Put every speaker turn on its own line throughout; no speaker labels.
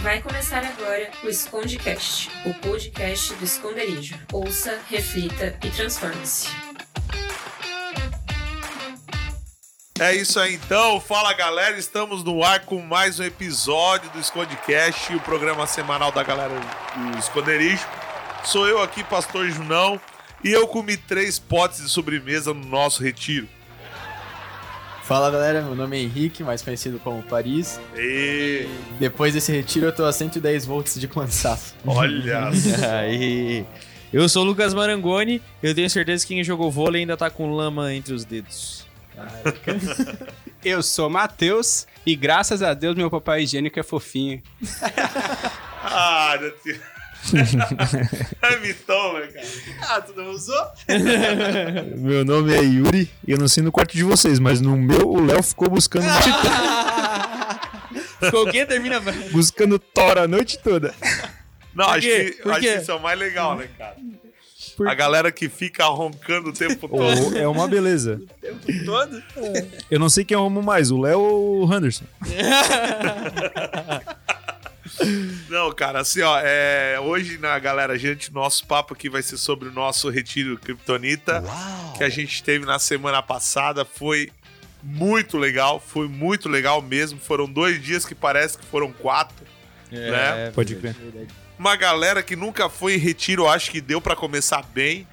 Vai começar agora o EscondeCast, o podcast do esconderijo. Ouça, reflita e transforme-se.
É isso aí então, fala galera, estamos no ar com mais um episódio do Escondecast, o programa semanal da galera do Esconderijo. Sou eu aqui, Pastor Junão, e eu comi três potes de sobremesa no nosso retiro.
Fala galera, meu nome é Henrique, mais conhecido como Paris.
E
Depois desse retiro eu tô a 110 volts de Quantsaf.
olha,
Aí. Eu sou o Lucas Marangoni. Eu tenho certeza que quem jogou vôlei ainda tá com lama entre os dedos.
Eu sou Matheus e graças a Deus meu papai higiênico é fofinho.
ah, meu Deus. é mitão, né, cara? Ah, tu não usou?
Meu nome é Yuri e eu não sei no quarto de vocês, mas no meu o Léo ficou buscando, a noite to-
Ficou o quê? Termina.
buscando Tora a noite toda.
Não, acho
quê?
que,
Por
acho que
quê?
isso é o mais legal, né, cara? A galera que fica roncando o tempo
Ô,
todo.
é uma beleza.
Todo?
Eu não sei quem eu amo mais, o Léo ou o Henderson.
Não, cara, assim, ó, é, hoje na galera, gente, nosso papo aqui vai ser sobre o nosso retiro Kryptonita, Tá. que a gente teve na semana passada, foi muito legal, foi muito legal mesmo, foram dois dias que parece que foram quatro,
É,
né?
Pode crer.
É
Uma galera que nunca foi em retiro, eu acho que deu pra começar bem,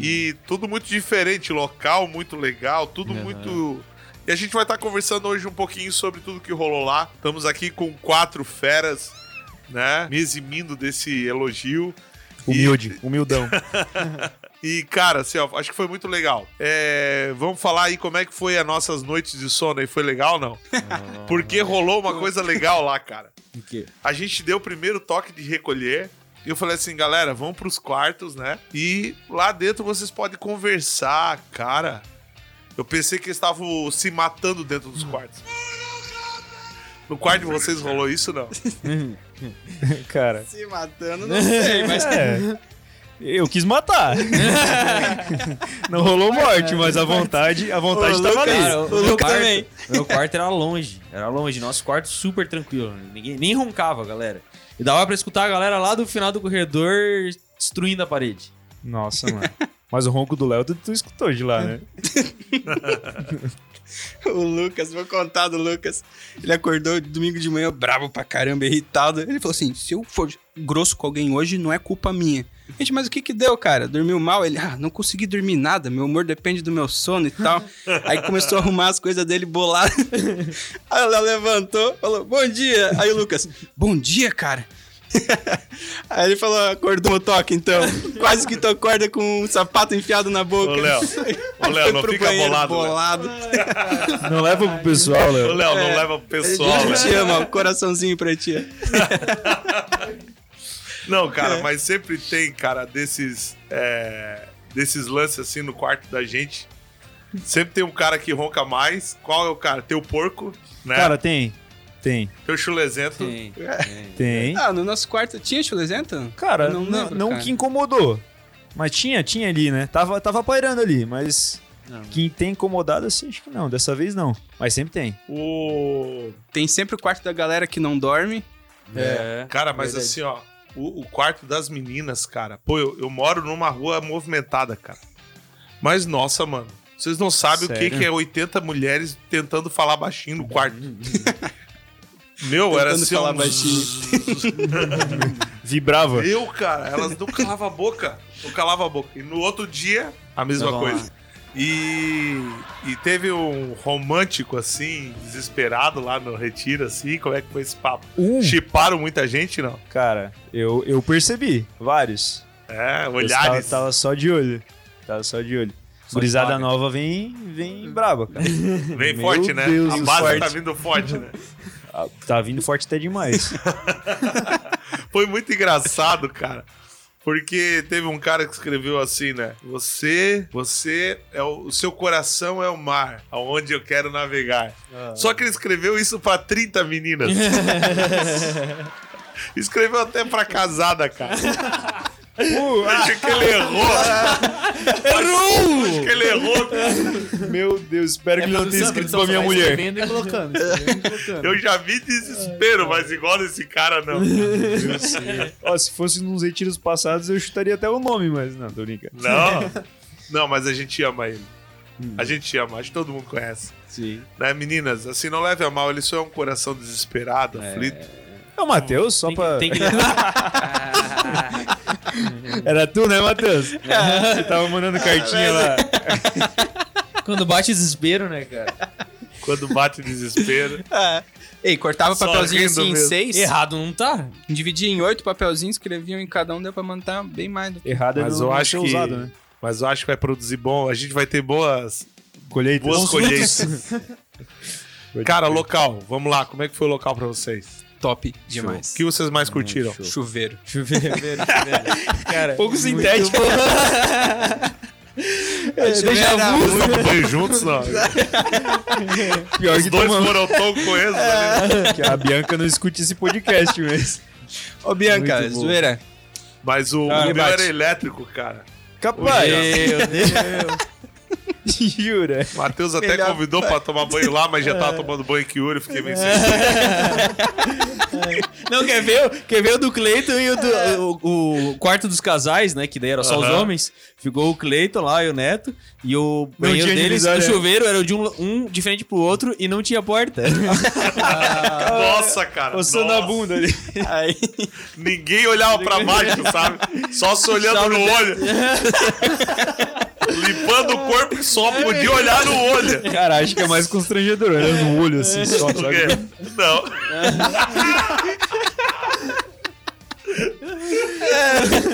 e tudo muito diferente, local muito legal, tudo
Aham.
muito... E a gente vai estar conversando hoje um pouquinho sobre tudo que rolou lá, estamos aqui com quatro feras, né, me eximindo desse elogio,
Humilde, humildão.
E, cara, assim, ó, acho que foi muito legal. É, vamos falar aí como é que foi as nossas noites de sono aí. Foi legal ou não? Porque rolou uma coisa legal lá, cara.
O quê?
A gente deu o primeiro toque de recolher. E eu falei assim, galera, vamos pros quartos, né? E lá dentro vocês podem conversar, cara. Eu pensei que eles estavam se matando dentro dos quartos. No quarto de vocês rolou isso, não?
Cara,
Se matando, né? não sei, mas
é. Eu quis matar. Não rolou morte, mas a vontade, a vontade tava ali.
Cara, o, meu quarto, meu quarto era longe. Era longe. Nosso quarto super tranquilo. Ninguém, nem roncava, galera. E dava pra escutar a galera lá do final do corredor destruindo a parede.
Nossa, mano. Mas o ronco do Léo tu, tu escutou de lá, né?
o Lucas, vou contar do Lucas. Ele acordou domingo de manhã bravo pra caramba, irritado. Ele falou assim: se eu for grosso com alguém hoje, não é culpa minha. Gente, mas o que que deu, cara? Dormiu mal? Ele, ah, não consegui dormir nada, meu humor depende do meu sono e tal. Aí começou a arrumar as coisas dele bolado. Aí ela levantou, falou, bom dia. Aí o Lucas, bom dia, cara. Aí ele falou, acordou o toque, então. Quase que tu acorda com um sapato enfiado na boca.
Ô, Léo. Ô, Léo,
Foi
não
pro
fica
banheiro
bolado, Léo.
bolado.
Não leva pro pessoal,
Ô,
Léo.
Léo, não
É.
leva pro
a
pessoal,
gente
Léo.
te ama, coraçãozinho pra ti.
Não, cara, mas sempre tem, cara, desses, é, desses lances assim no quarto da gente. Sempre tem um cara que ronca mais. Qual é o cara? Teu porco, né?
Cara, tem. Tem.
Teu chulezento.
Tem, tem.
né?
Tem.
Ah, no nosso quarto tinha chulezento?
Cara,
Não
não,
lembro,
não
cara.
que incomodou. Mas tinha, tinha ali, né? Tava, tava pairando ali, mas.
Não.
Quem tem incomodado, assim, acho que não. Dessa vez não. Mas sempre tem.
O.
Tem sempre o quarto da galera que não dorme.
É.
Cara, mas
Verdade.
assim, ó. O, o quarto das meninas, cara. Pô, eu, eu moro numa rua movimentada, cara. Mas nossa, mano. Vocês não sabem o que,
Sério?
que é 80 mulheres tentando falar baixinho no quarto. Meu, era
Tentando
assim.
falar
um-
Vibrava.
Eu, cara, elas não calavam a boca. Não calavam a boca. E no outro dia, a mesma
Tava lá.
coisa. E, e teve um romântico, assim, desesperado lá no Retiro, assim. Como é que foi esse papo?
Um.
Chiparam muita gente, não?
Cara, eu, eu percebi. Vários.
É,
Eu
olhares.
Tava, tava só de olho. Tava só de olho. Gurizada
paga.
nova vem, vem braba, cara.
Vem
Meu
forte, né?
Deus,
a
vem
base
forte.
tá vindo forte, né?
Ah, Tá vindo forte até demais.
Foi muito engraçado, cara. Porque teve um cara que escreveu assim, né? Você, você é o, o seu coração é o mar, aonde eu quero navegar. Só que ele escreveu isso pra 30 meninas. escreveu até pra casada, cara. Acho que ele errou. Errou! Acho que ele errou.
Meu Deus, espero
É
que ele não tenha escrito pra minha mulher.
Escrevendo e colocando, escrevendo e colocando.
Eu já vi desespero, mas igual desse cara, não.
Ó, se fosse nos retiros passados, eu chutaria até o nome, mas não, tô brincando.
Não. Não, mas a gente ama ele. A gente ama, acho que todo mundo conhece.
Sim.
Né, meninas? Assim, não leve a mal, ele só é um coração desesperado, aflito.
É o Matheus, só
Tem
pra...
que, tem que...
Era tu, né, Matheus?
É.
Você tava mandando cartinha lá.
Quando bate desespero, né, cara?
Quando bate desespero.
Ei, cortava
Só
papelzinho
rindo
assim em
mesmo.
seis,
Errado não tá.
dividia em oito papelzinhos, escrevia um em cada um, deu pra mandar bem mais. do-
Errado é
Mas
não
eu acho
ser
que-
usado, né?
Mas eu acho que vai produzir bom. A gente vai ter boas,
Colheita.
boas colheitas. Cara, local, vamos lá. Como é que foi o local pra vocês?
Top demais.
O que vocês mais curtiram?
Chuveiro.
Chuveiro, Cara,
Pouco sintético.
Deixa
Vocês não foi juntos, não. Os
Pior que
dois
tu mandou.
foram tão coesos. né?
Que a Bianca não escute esse podcast mesmo.
Ô, Bianca,
Muito bom.
zoeira.
Mas o,
Ah,
o meu
bate.
era elétrico, cara.
Capaz.
Meu Deus.
Jura.
O Matheus até
Melhor
convidou pra tomar banho lá, mas já tava tomando banho em Kiuri. Fiquei meio sem
Não, quer ver, o- quer ver o do Cleiton e o do o, o quarto dos casais, né? Que daí era só os
Aham.
homens. Ficou o Cleiton lá e o Neto. E o banheiro
tinha né?
deles,
divisória.
o chuveiro era de um, um de frente pro outro e não tinha porta.
Nossa, cara.
Passando
nossa.
a bunda ali.
Aí,
Ninguém olhava pra baixo, sabe? Só se olhando no olho. Limpando o corpo que só podia olhar no olho.
Cara, acho que é mais constrangedor. Olhando no olho
É.
assim, só.
O quê? Não.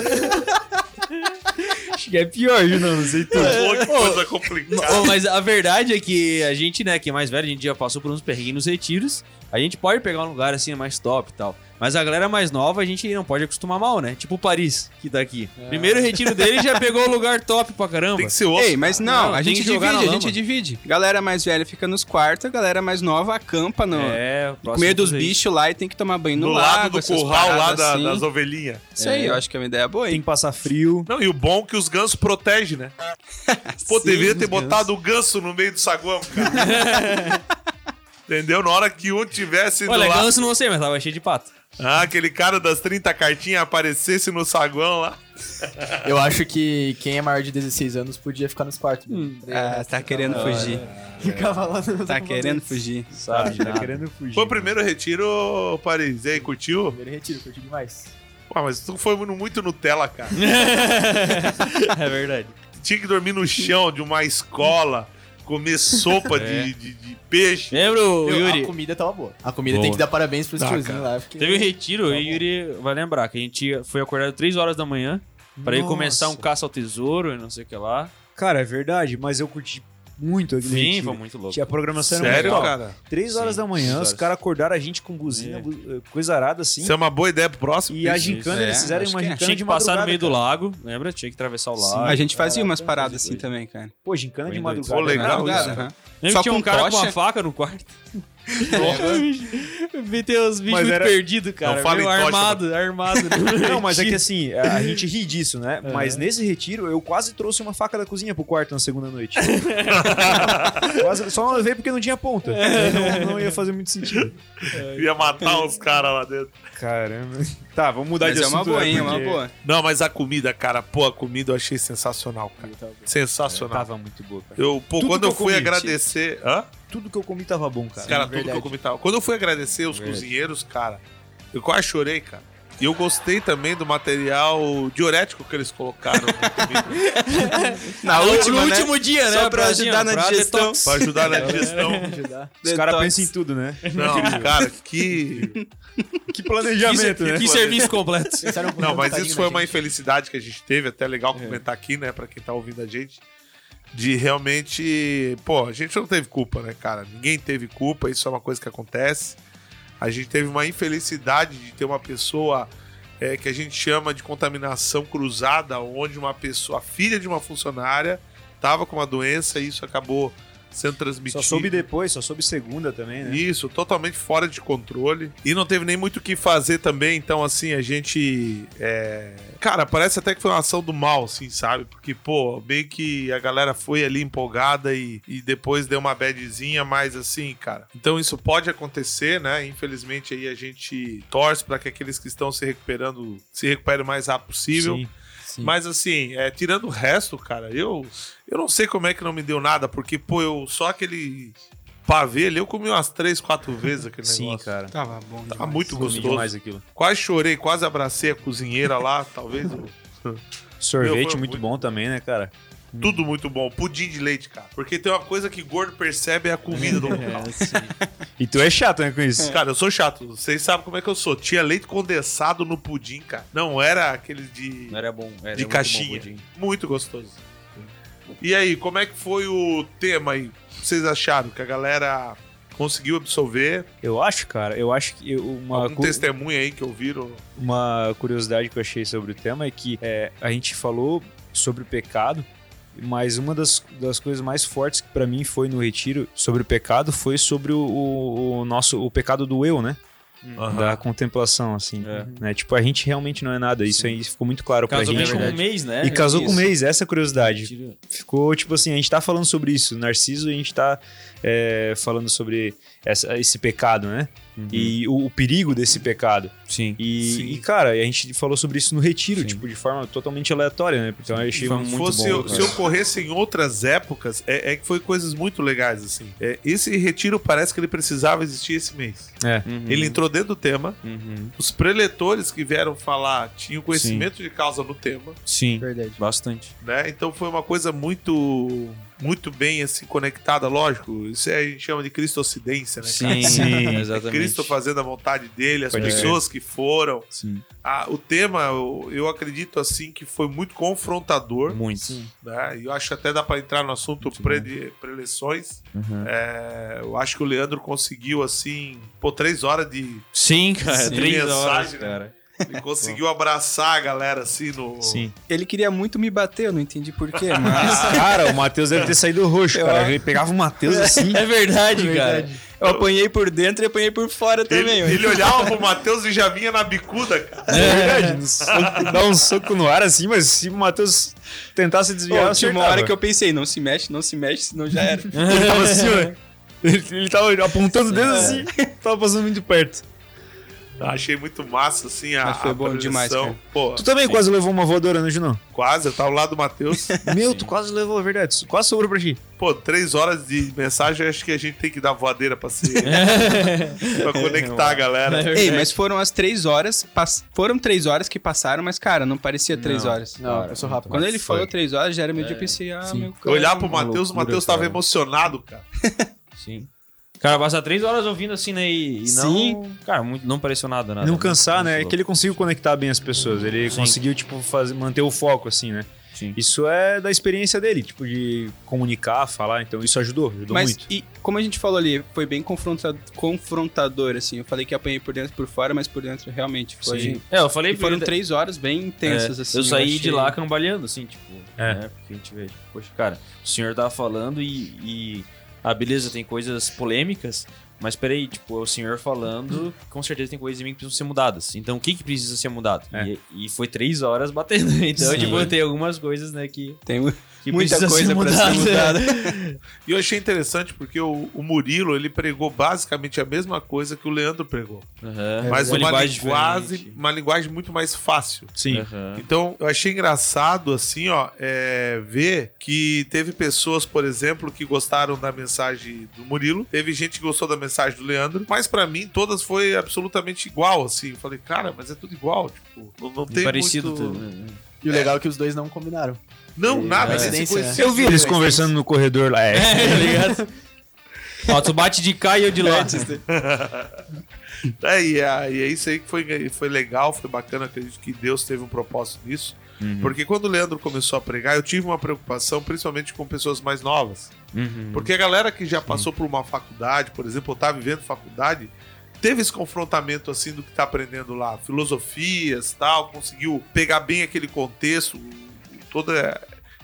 Acho que é pior, viu? Não, tá- não sei tudo.
Pô, que coisa
Ô,
complicada.
mas a verdade é que a gente, né, que é mais velho, a gente já passou por uns perrengues nos retiros. A gente pode pegar um lugar assim mais top e tal. Mas a galera mais nova, a gente não pode acostumar mal, né? Tipo o Paris, que tá aqui.
É.
Primeiro retiro dele já pegou o lugar top pra caramba.
Tem que ser osso.
Ei, mas não,
Não,
a
tem
gente
que jogar
divide, a
na lama.
gente divide. Galera mais velha fica nos quartos, a galera mais nova acampa no...
É, o
No
próximo
meio dos
fazer isso.
bichos lá e tem que tomar banho
do
no,
lado
lago,
do
essas
curral lá
paradas
da-
assim.
das ovelhinhas.
Isso aí, eu acho que é uma ideia boa,
Tem
hein?
que passar frio.
Não, e o bom é que os gansos protegem, né? Pô, deveria ter botado o ganso no meio do saguão, cara. Entendeu? Na hora que um tivesse indo
Olha,
lá,
ganso não sei, mas tava cheio de pato.
ah, aquele cara das 30 cartinhas aparecesse no saguão lá.
Eu acho que quem é maior de 16 anos podia ficar nos quartos. né? É.
Ah, tá querendo fugir.
Hum, Ficava lá no
Tá querendo fugir.
Sabe,
nada.
tá querendo fugir.
Foi o primeiro retiro, Paris. E aí, curtiu?
Primeiro retiro, curti demais.
Pô, mas tu foi no- muito Nutella, cara.
É verdade.
Tinha que dormir no chão de uma escola, comer sopa
É.
de, de- de peixe.
Lembra o
Meu,
Yuri?
A comida tava boa. A comida
Boa.
tem que dar parabéns pros
Tá,
tiozinhos
cara.
lá. Porque...
Teve um retiro, o Yuri vai lembrar, que a gente foi acordado 3 horas da manhã pra ir começar um
Nossa.
caça ao tesouro e não sei o que lá.
Cara, é verdade, mas eu curti muito aquele
Sim,
retiro.
foi muito louco.
Tinha programação era
Sério,
muito top.
cara?
Três horas
Sim,
da manhã,
três
os
horas.
caras acordaram a gente com buzina,
É.
bu- coisa arada assim.
Isso é uma boa ideia pro próximo?
E a
Isso,
gincana,
isso.
eles
É,
fizeram
acho
uma
que é.
gincana
Tinha
de
que passar
madrugada.
no meio do
cara.
lago, lembra? Tinha que atravessar o
Sim.
lago.
A gente fazia umas
Caraca,
paradas assim
coisa.
também, cara. é
Pô, gincana de
Foi
madrugada.
doido. Pô, legal
né?
isso.
aham.
Lembra
Só
que tinha um
com
cara com uma
tocha?
faca no quarto? Tem uns bichos
Mas
muito
era-
perdidos, cara.
Não fala
Meu,
em tocha,
armado, armado. né?
Não, mas é que assim, a a gente ri disso, né?
É.
Mas nesse retiro, eu quase trouxe uma faca da cozinha pro quarto na segunda noite. Quase- só não veio porque não tinha ponta.
É.
Então, Não, não ia fazer muito sentido.
Ia matar os caras lá dentro.
Caramba. Tá, vamos mudar
Mas
de
é
assunto.
uma boa,
né?
hein? É uma
Porque-
boa.
Não, mas a comida, cara, pô, a comida eu achei sensacional, cara. Sensacional.
Tava muito boa, cara.
Eu, pô,
É, tá. Tudo
quando
que
eu
eu
fui
comi, tipo.
agradecer. Hã?
Tudo que eu comi tava bom, cara.
Cara, tudo que eu comi tava. Quando eu fui agradecer os cozinheiros, cara, eu quase chorei, cara. E eu gostei também do material diurético que eles colocaram na comida,
Na
No-
última,
no
né?
último dia, né?
Só pra
assim,
ajudar
ó,
na
pra
digestão.
Então.
detox.
pra ajudar na digestão.
Os caras
Detox.
pensam em tudo, né?
Não, cara, que.
Que planejamento, né?
Que serviço completo.
Pensaram com
Não,
tanto
mas
carinho
isso
na
foi
gente.
uma infelicidade que a gente teve, é até legal comentar aqui, né, pra quem tá ouvindo a gente. De realmente. Pô, a gente não teve culpa, né, cara? Ninguém teve culpa, isso é uma coisa que acontece. A gente teve uma infelicidade de ter uma pessoa é, que a gente chama de contaminação cruzada, onde uma pessoa, a filha de uma funcionária, estava com uma doença e isso acabou sendo transmitido.
Só soube depois, só soube segunda também, né?
Isso, totalmente fora de controle. E não teve nem muito o que fazer também, então, assim, a gente. é, Cara, parece até que foi uma ação do mal, assim, sabe? Porque, pô, meio que a galera foi ali empolgada e, e depois deu uma badzinha, mas assim, cara. Então isso pode acontecer, né? Infelizmente aí a gente torce pra que aqueles que estão se recuperando se recuperem o mais rápido possível.
Sim.
Sim.
Mas assim, é, tirando o resto, cara, eu eu não sei como é que não me deu nada, porque, pô, eu só aquele pavê ali, eu comi umas três, quatro vezes aquele
Sim,
negócio.
cara.
Tava bom.
Tá muito
Comi
gostoso.
demais aquilo.
Quase chorei, quase abracei a cozinheira lá, talvez. o-
Hum.
Meu,
Sorvete
foi
muito
muito
bom também, né, cara?
Tudo muito bom. Pudim de leite, cara. Porque tem uma coisa que gordo percebe é a comida do local.
E tu é chato, né, com isso?
Cara, eu sou chato. Vocês sabem como é que eu sou. Tinha leite condensado no pudim, cara. Não era aquele de...
Não era bom. Era
de
muito bom,
caixinha.
Godinho.
Muito gostoso. E aí, como é que foi o tema aí? Vocês acharam que a galera conseguiu absorver?
Eu acho, cara, eu acho que eu- uma,
Algum
cu-
testemunho aí que ouviram?
uma curiosidade que eu achei sobre o tema é que é, a gente falou sobre o pecado, mas uma das, das coisas mais fortes que pra mim foi no retiro sobre o pecado foi sobre o, o- o nosso o pecado do eu, né?
Uhum.
Da contemplação, assim.
É.
Né? Tipo, a gente realmente não é nada. Isso aí ficou muito claro
Casou
pra
bem
gente.
com
né?
um mês, né?
E casou com o
Isso.
mês, essa é a curiosidade.
Tira-
ficou tipo assim, a gente tá falando sobre isso, Narciso, a gente tá é, falando sobre essa- esse pecado, né? E o, o perigo desse pecado.
Uhum.
Sim.
Sim.
E, e, cara, a gente falou sobre isso no retiro,
Sim.
tipo, de forma totalmente aleatória, né? Então eu achei
Foi
muito
Fosse
bom.
eu-
cara.
se ocorresse em outras épocas, é, é que foi coisas muito legais, assim. É, esse retiro parece que ele precisava existir esse mês.
Uhum.
Ele entrou dentro do tema.
Uhum.
Os preletores que vieram falar tinham conhecimento de causa no tema,
Sim.
Verdade.
Bastante.
né? Então foi uma coisa muito muito bem assim conectada, lógico. Isso é, a gente chama de cristocidência, né? cara?
Sim, exatamente.
Cristo fazendo a vontade dele, as
Pode crer.
pessoas que foram.
Sim.
Ah, o tema, eu, eu acredito assim que foi muito confrontador.
Muito.
né? E eu acho que até dá para entrar no assunto
Muito
prede- preleções.
Uhum.
É, eu acho que o Leandro conseguiu, assim, pô, três horas de.
Sim, cara.
Sim.
Três
Mensagem,
horas,
né?
cara.
Ele conseguiu abraçar a galera, assim, no.
Sim.
Ele queria muito me bater, eu não entendi porquê, mas
Ah, Cara, o Matheus deve ter saído roxo,
Eu
cara.
acho.
Ele pegava o Matheus assim.
É verdade, cara.
eu apanhei por dentro e apanhei por fora
Ele,
também. ué.
ele olhava pro Matheus e já vinha na bicuda, cara.
É verdade. no soco- Dá um soco no ar assim, mas se o Matheus tentasse desviar,
Pô, tinha uma
acertava.
hora que eu pensei, não se mexe, não se mexe, senão já era.
Ele tava assim, ó. Ele, ele tava apontando o dedo assim. Tava passando muito perto.
Eu achei muito massa, assim, a.
Mas foi
a
bom demais,
preleção. Pô,
Tu também quase levou uma voadora, né, Junão?
quase, eu tava lá do Matheus.
Meu, tu quase levou, é verdade. Isso Quase sobrou pra ti.
Pô, três horas de mensagem, eu acho que a gente tem que dar voadeira pra se. pra conectar a galera.
É,
Ei, mas foram as três horas, pass- foram três horas que passaram, mas cara, não parecia três
Não.
horas.
Não, eu sou rápido.
Quando ele falou três horas, já era meio dia, eu pensei, ah,
Sim.
meu cara.
Olhar pro Matheus, o
loucura,
Matheus tava
cara.
emocionado, cara.
Sim. Cara, passar três horas ouvindo assim, né? E, e não.
Sim.
Cara, muito, não pareceu nada, nada.
Não cansar,
Muito
né? É
louco.
que ele conseguiu conectar bem as pessoas. Ele
Sim.
conseguiu, tipo, fazer, manter o foco, assim, né?
Sim.
Isso é da experiência dele, tipo, de comunicar, falar. Então, isso ajudou, ajudou
Mas,
muito.
e como a gente falou ali, foi bem confronta- confrontador, assim. Eu falei que apanhei por dentro e por fora, mas por dentro realmente foi.
Sim.
É, eu falei
E
pra
foram
ele-
três horas bem intensas,
É,
assim.
Eu saí de
achei.
lá cambaleando, assim, tipo,
É.
né? Porque a gente vê, tipo, poxa, cara, o senhor tá falando e, e a beleza tem coisas polêmicas, mas peraí, tipo, é o senhor falando, com certeza tem coisas em mim que precisam ser mudadas. Então o que que precisa ser mudado?
É.
E, e foi três horas batendo. Então,
Sim.
tipo, tem algumas coisas, né, que,
Tem
que
muita
precisa
coisa
ser
pra
mudada.
ser mudada.
E eu achei interessante porque o, o Murilo, ele pregou basicamente a mesma coisa que o Leandro pregou.
Aham.
mas uma, linguagem,
É, diferente.
uma linguagem muito mais fácil.
Sim.
Aham.
Então, eu achei engraçado, assim, ó, é, ver que teve pessoas, por exemplo, que gostaram da mensagem do Murilo, teve gente que gostou da mensagem do Leandro, mas pra mim todas foi absolutamente igual, assim. Eu falei, cara, mas é tudo igual, tipo, não, não tem
Parecido.
muito...
tudo.
E o legal é que os dois não combinaram.
Não,
É,
nada,
é.
eles se conheciam.
Eu vi eles conversando no corredor lá. É.
É, tá ligado? Ó, tu bate de cá e eu de lá.
É, e, é, e é isso aí que foi, foi legal, foi bacana, acredito que Deus teve um propósito nisso. Porque quando o Leandro começou a pregar, eu tive uma preocupação, principalmente com pessoas mais novas.
Uhum.
Porque a galera que já passou por uma faculdade, por exemplo, ou tá vivendo faculdade, teve esse confrontamento assim do que tá aprendendo lá, filosofias tal, conseguiu pegar bem aquele é, contexto, todo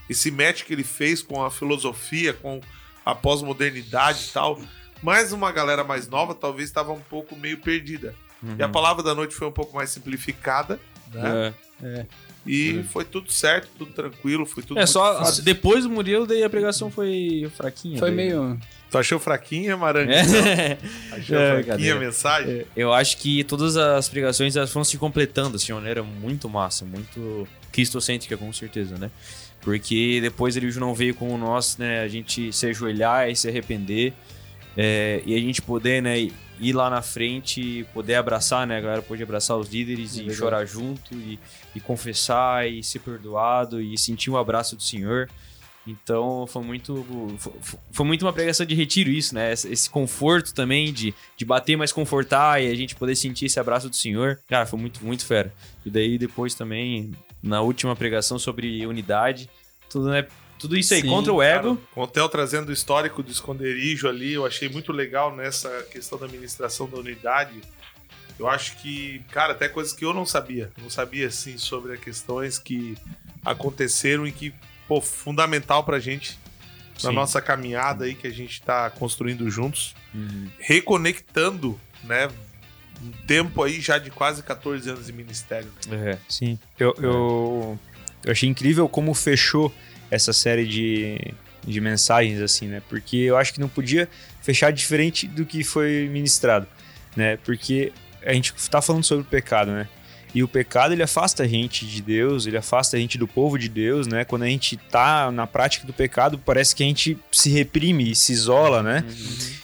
esse match que ele fez com a filosofia, com a pós-modernidade e tal. Mas uma galera mais nova talvez estava um pouco meio perdida. E
Hum.
a palavra da noite foi um pouco mais simplificada né?
Uhum. É.
e foi tudo certo, tudo tranquilo, foi tudo.
É
muito
só
fácil.
depois do Murilo, daí a pregação foi fraquinha.
Foi
daí.
meio.
Tu achou fraquinha, Maranga?
É.
Achou
É,
fraquinha a
brincadeira.
mensagem?
Eu acho que todas as pregações elas foram se completando assim, de uma maneira muito massa, muito cristocêntrica, com certeza, né? Porque depois ele não veio com nós, né? A gente se ajoelhar e se arrepender é, e a gente poder, né? Ir lá na frente, e poder abraçar, né? A galera pôde abraçar os
É
líderes e chorar junto e, e confessar e ser perdoado e sentir o abraço do Senhor. Então foi muito, foi, foi muito uma pregação de retiro isso, né? Esse esse conforto também de de bater mais confortar e a gente poder sentir esse abraço do Senhor. Cara, foi muito, muito fera. E daí depois também, na última pregação sobre unidade, tudo, né? Tudo isso aí,
Sim,
contra o ego.
Cara, o Hotel trazendo o histórico do esconderijo ali, eu achei muito legal nessa questão da administração da unidade. Eu acho que, cara, até coisas que eu não sabia. Não sabia, assim, sobre as questões que aconteceram e que, pô, fundamental pra gente na
Sim.
nossa caminhada aí que a gente tá construindo juntos. Reconectando, né? Um tempo aí já de quase 14 anos de ministério. né?
É.
Sim. Eu, eu, eu achei incrível como fechou essa série de, de mensagens, assim, né? Porque eu acho que não podia fechar diferente do que foi ministrado, né? Porque a gente tá falando sobre o pecado, né? E o pecado, ele afasta a gente de Deus, ele afasta a gente do povo de Deus, né? Quando a gente tá na prática do pecado, parece que a gente se reprime, se isola, né?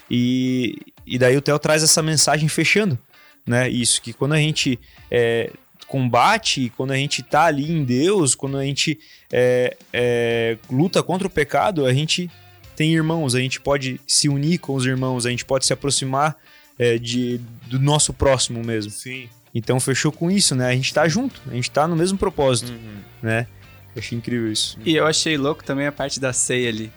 E, e daí o Theo traz essa mensagem fechando, né? Isso, que quando a gente é, combate, quando a gente tá ali em Deus, quando a gente é, é, luta contra o pecado, a gente tem irmãos, a gente pode se unir com os irmãos, a gente pode se aproximar é, de, do nosso próximo mesmo.
Sim.
Então fechou com isso, né? A gente tá junto, a gente tá no mesmo propósito,
Hum.
Uhum.
né? Eu achei incrível isso.
E eu achei louco também a parte da ceia ali.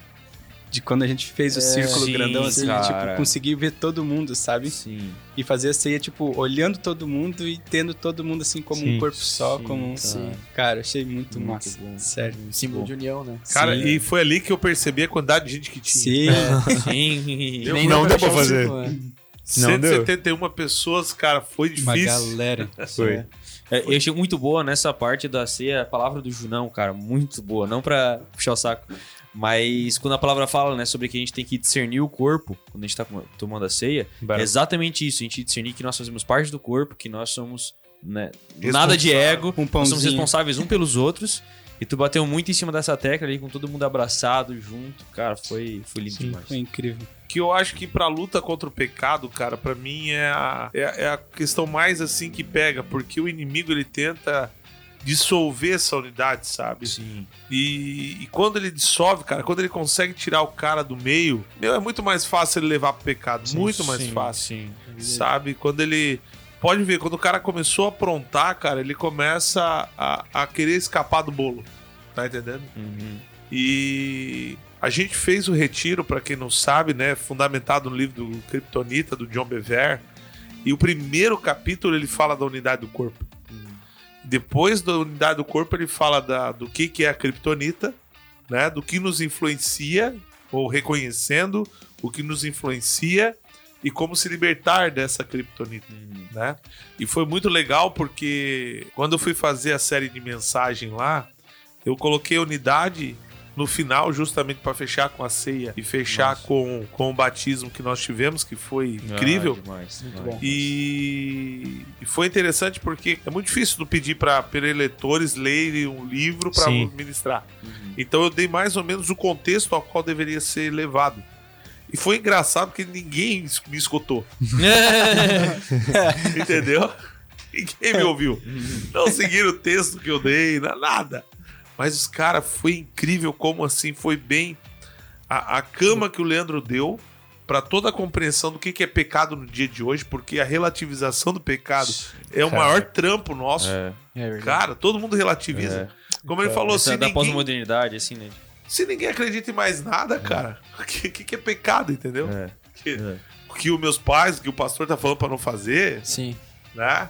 De quando a gente fez o círculo
sim,
grandão, assim, de,
cara.
tipo, conseguir ver todo mundo, sabe?
Sim.
E fazer a ceia, tipo, olhando todo mundo e tendo todo mundo, assim, como
Sim,
um corpo só,
sim,
como um...
cara.
Cara, achei muito,
Muito
massa,
bom.
sério.
Símbolo de união, né?
Cara,
Sim.
e foi ali que eu percebi a quantidade de gente que tinha.
Sim,
Sim.
Eu-
Nem
não
dá
deu
pra
fechar o
fazer.
círculo, né?
Não deu.
171 pessoas, cara, foi
uma
difícil.
galera.
Foi.
né?
É, eu achei muito boa nessa parte da ceia a palavra do Junão, cara, muito boa. Não pra puxar o saco, mas quando a palavra fala, né, sobre que a gente tem que discernir o corpo quando a gente tá com- tomando a ceia, é exatamente isso. A gente discernir que nós fazemos parte do corpo, que nós somos, né, nada de ego,
Um
nós somos
pãozinho.
responsáveis um pelos outros. E tu bateu muito em cima dessa tecla ali, com todo mundo abraçado, junto. Cara, foi, foi lindo
Sim,
demais.
foi incrível.
Que eu acho que pra luta contra o pecado, cara, pra mim é a, é, é a questão mais assim que pega, porque o inimigo ele tenta dissolver essa unidade, sabe?
Sim.
E, e quando ele dissolve, cara, quando ele consegue tirar o cara do meio, meu, é muito mais fácil ele levar pro pecado, É muito mais
Sim,
fácil.
Sim.
sabe? Quando ele. Pode ver, quando o cara começou a aprontar, cara, ele começa a, a querer escapar do bolo. Tá entendendo?
Uhum.
E a gente fez o retiro, pra quem não sabe, né? Fundamentado no livro do Kryptonita, do John Bever. E o primeiro capítulo ele fala da unidade do corpo. Depois da unidade do corpo, ele fala da, do que, que é a Kryptonita, né? Do que nos influencia, ou reconhecendo o que nos influencia e como se libertar dessa Kryptonita
Uhum.
né? E foi muito legal porque quando eu fui fazer a série de mensagem lá, eu coloquei a unidade no final justamente para fechar com a ceia e fechar
Nossa.
com, com o batismo que nós tivemos, que foi incrível.
Ah, demais,
Muito
demais.
bom.
E, e foi interessante porque é muito difícil tu pedir para eleitores lerem um livro para
Sim.
ministrar.
Uhum.
Então eu dei mais ou menos o contexto ao qual deveria ser levado. E foi engraçado porque ninguém es- me escutou. Entendeu? Ninguém me ouviu. Não seguiram o texto que eu dei, na- nada. Mas os caras, foi incrível como assim, foi bem. A, a cama que o Leandro deu para toda a compreensão do que, que é pecado no dia de hoje, porque a relativização do pecado é o
Cara.
maior trampo nosso.
É,
É verdade.
Cara, todo mundo relativiza. Como ele
Cara,
falou,
Essa
se
é da
ninguém,
pós-modernidade, assim, né?
se ninguém acredita em mais nada, cara, o que, que, que é pecado, entendeu?
É.
Que,
É.
que os meus pais, que o pastor tá falando para não fazer,
Sim.
né?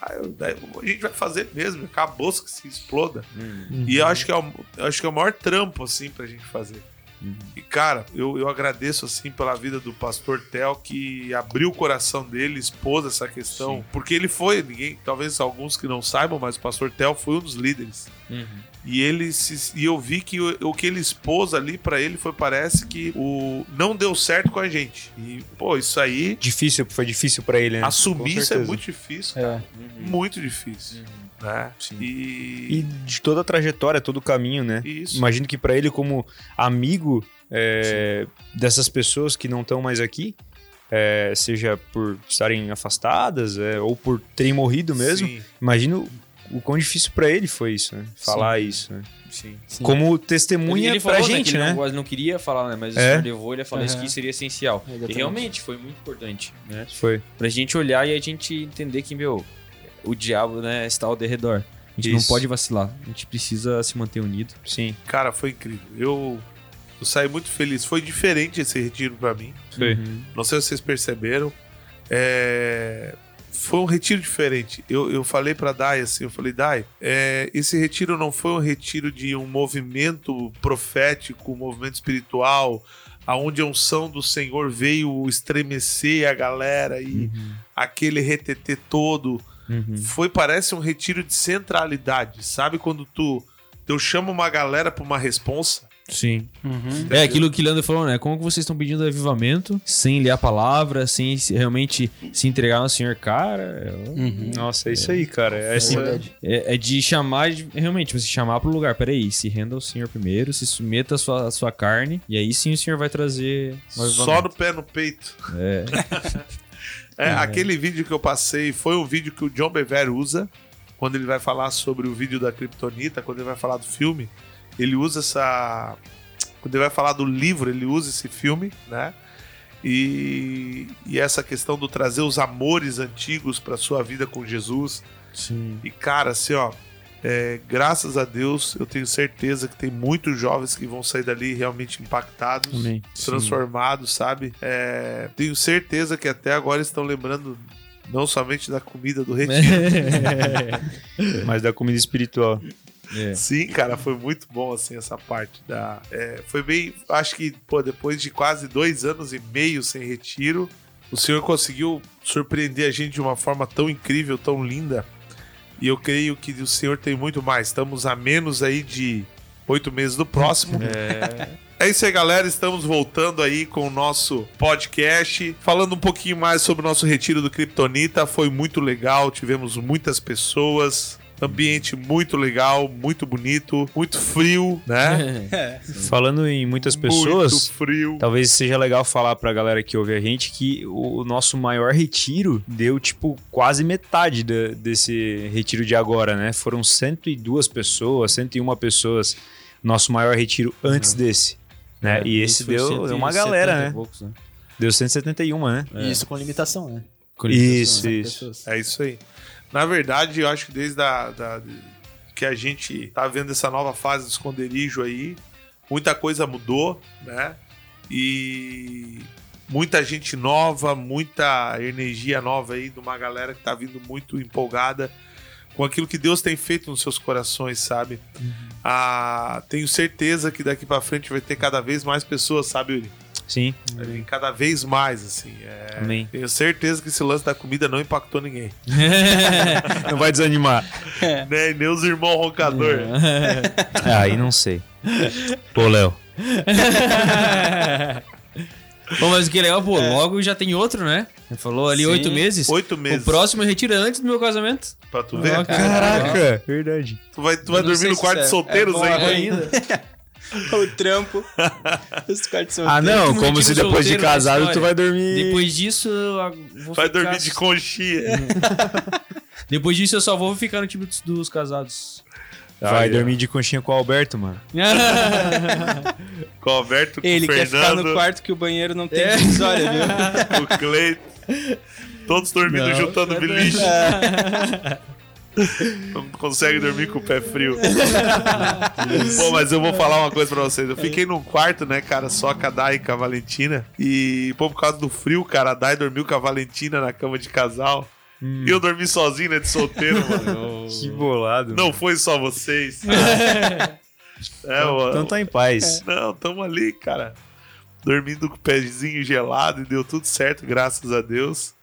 Aí eu- daí a gente vai fazer mesmo, acabou que se exploda.
Hum.
Uhum.
E eu acho que, é o, eu acho que é o maior trampo, assim, pra gente fazer.
Uhum.
E, cara, eu, eu agradeço, assim, pela vida do pastor Tel, que abriu o coração dele, expôs essa questão. Porque ele foi, ninguém, talvez alguns que não saibam, mas o pastor Tel foi um dos líderes.
Uhum.
E ele se- e eu vi que o, o que ele expôs ali pra ele foi parece que o não deu certo com a gente. E pô, isso aí
Difícil, foi difícil pra ele, né?
assumir
Com
isso é
certeza.
muito difícil, cara.
É.
Uhum.
muito difícil, né?
Sim.
E,
E de toda a trajetória, todo o caminho, né?
e isso.
Imagino que pra ele, como amigo é, dessas pessoas que não estão mais aqui, é, seja por estarem afastadas é, ou por terem morrido mesmo,
Sim.
imagino o quão difícil pra ele foi isso, né? Falar isso, né?
Sim.
Sim.
Como testemunha pra
né, que
gente,
ele
né?
Não, gosta- não queria falar, né? Mas o
É.
senhor levou ele a falar isso
Aham.
que seria essencial. E
Exatamente.
realmente foi muito importante, né?
Foi.
Pra gente olhar e a gente entender que, meu, o diabo, né, está ao derredor. A gente
Isso.
não pode vacilar. A gente precisa se manter unido.
Sim,
Cara, foi incrível. Eu, eu saí muito feliz. Foi diferente esse retiro pra mim.
foi.
Não sei se vocês perceberam. É, Foi um retiro diferente. Eu, eu falei pra Dai assim, eu falei, Dai, é, esse retiro não foi um retiro de um movimento profético, um movimento espiritual, aonde a unção do Senhor veio estremecer a galera e aquele retetê todo.
Uhum.
Foi, parece, um retiro de centralidade. Sabe quando tu... Eu chamo uma galera pra uma responsa.
Sim.
Uhum.
É aquilo que o Leandro falou, né? Como que vocês estão pedindo avivamento sem ler a palavra, sem se- realmente se entregar ao Senhor? Cara,
Nossa, é isso aí, cara. É assim,
é, é de chamar, de- realmente, você chamar pro lugar. Peraí, se renda ao Senhor primeiro, se submeta à sua, à sua carne, e aí sim o Senhor vai trazer o
Só
avivamento.
no pé no peito.
É.
É, Aquele vídeo que eu passei foi um vídeo que o John Bever usa quando ele vai falar sobre o vídeo da Kryptonita, quando ele vai falar do filme. Ele usa essa. Quando ele vai falar do livro, ele usa esse filme, né? E, e essa questão do trazer os amores antigos para sua vida com Jesus.
Sim.
E cara, assim, ó, é, graças a Deus, eu tenho certeza que tem muitos jovens que vão sair dali realmente impactados
Amém.
transformados, sabe? É, tenho certeza que até agora estão lembrando não somente da comida do retiro.
mas da comida espiritual.
É.
Sim, cara, foi muito bom assim essa parte da. é, foi bem, acho que pô, depois de quase dois anos e meio sem retiro, o senhor conseguiu surpreender a gente de uma forma tão incrível, tão linda. E eu creio que o senhor tem muito mais. Estamos a menos aí de oito meses do próximo. É isso aí, galera. Estamos voltando aí com o nosso podcast, falando um pouquinho mais sobre o nosso retiro do Kryptonita. Foi muito legal, tivemos muitas pessoas, ambiente muito legal, muito bonito, muito frio, né?
É. Falando em muitas pessoas.
Muito frio.
Talvez seja legal falar pra galera que ouve a gente que o nosso maior retiro deu, tipo, quase metade da- desse retiro de agora, né? Foram 102 pessoas, 101 pessoas, nosso maior retiro antes desse, né? e esse
Uhum. foi
deu, deu uma
170 É, e
galera, né?
poucos, né?
Deu 171, né?
É.
Isso com limitação, né?
Isso,
São
isso.
pessoas.
É isso aí. Na verdade, eu acho que desde a, da- que a gente tá vendo essa nova fase do esconderijo aí, muita coisa mudou, né? E muita gente nova, muita energia nova aí, de uma galera que tá vindo muito empolgada com aquilo que Deus tem feito nos seus corações, sabe? Ah, tenho certeza que daqui pra frente vai ter cada vez mais pessoas, sabe, Yuri?
Sim,
Vai vir cada vez mais, assim. é.
amém.
Tenho certeza que esse lance da comida não impactou ninguém.
Não vai desanimar.
É.
Né? Nem os irmãos roncador.
É, aí não sei. Pô, Léo.
Bom, mas o que é legal, pô, logo já tem outro, né? Ele falou ali
Sim.
oito meses.
Oito meses.
O próximo retira antes do meu casamento.
Pra tu ver.
Ah, cara.
Caraca! Verdade.
Tu vai, tu vai
Eu não
dormir
sei
no
se
quarto de
isso é-
solteiros
é bom
ainda.
o trampo. Os quartos são
Ah, não,
Último
como se
retiro
depois de
solteiro da
casado tu
história.
vai dormir...
Depois disso, eu a- vou
Vai
ficar-
dormir de conchinha.
assim.
Depois disso, eu só vou ficar no time dos, dos casados.
Vai
Aí, ó.
dormir de conchinha com o Alberto, mano.
Com o Alberto, com
Ele
o
quer ficar no
Fernando,
quarto que o banheiro não tem divisória, viu?
com o Cleiton. Todos dormindo
Não,
juntando biliche. Não consegue dormir com o pé frio. Bom, mas eu vou falar uma coisa pra vocês. Eu fiquei num quarto, né, cara, só com a Dai e com a Valentina. E, pô, por causa do frio, cara, a Dai dormiu com a Valentina na cama de casal. E eu dormi sozinho, né, de solteiro, mano.
Que bolado.
Não foi só vocês. É, o-
Então tá em paz.
Não, tamo ali, cara. Dormindo com o pezinho gelado e deu tudo certo, graças a Deus.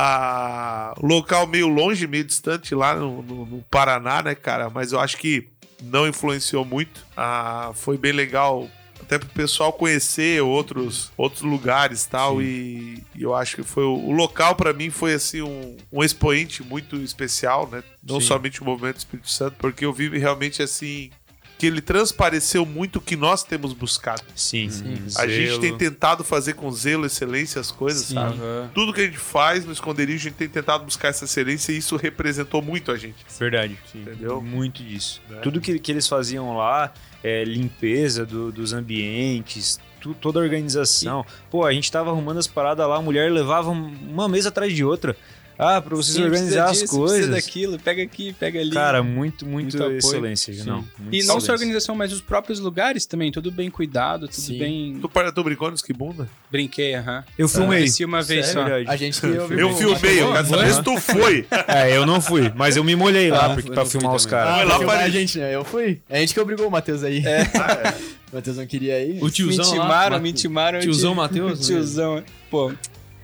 Ah, local meio longe, meio distante lá no, no- no Paraná, né, cara? Mas eu acho que não influenciou muito. Ah, foi bem legal até pro pessoal conhecer outros, outros lugares tal, e e eu acho que foi o, o local pra mim foi assim um, um expoente muito especial, né? Não somente o movimento do Espírito Santo, porque eu vi realmente assim que ele transpareceu muito o que nós temos buscado.
É.
Sim.
Hum,
A gente tem tentado fazer com zelo, excelência as coisas, sabe? Tudo que a gente faz no esconderijo, a gente tem tentado buscar essa excelência e isso representou muito a gente.
Verdade.
Entendeu?
Muito disso.
Né?
Tudo que, que eles faziam lá, é, limpeza do- dos ambientes, tu- toda a organização. Pô, a gente tava arrumando as paradas lá, a mulher levava um- uma mesa atrás de outra. Ah, pra vocês
Sim,
organizar as
precisa disso, Precisa
coisas.
daquilo, pega aqui, pega ali.
Cara, muito, muito,
Muito apoio.
excelência. Não, muito
e não só a
excelência.
organização, mas os próprios lugares também, tudo bem cuidado, tudo
Sim.
bem.
Tu para tu brincando, que bunda.
Brinquei, aham.
Eu filmei.
Apareci uma vez
É
só.
verdade.
A gente que ouve
Eu
muito.
filmei, eu
bom,
quero
foi?
saber se tu foi.
É, eu não fui, mas eu me molhei lá
Ah,
porque,
eu
pra
não fui
filmar os
também.
caras.
Ah,
Vai
vai
lá,
lá,
Paris.
a gente, né? Eu fui. A gente que obrigou o Matheus aí. É. o Matheus não queria ir. né?
O tiozão
me
lá,
timaram,
Mate-
me timaram. eu
Tiozão
tive-
Matheus, né?
Tiozão. Pô,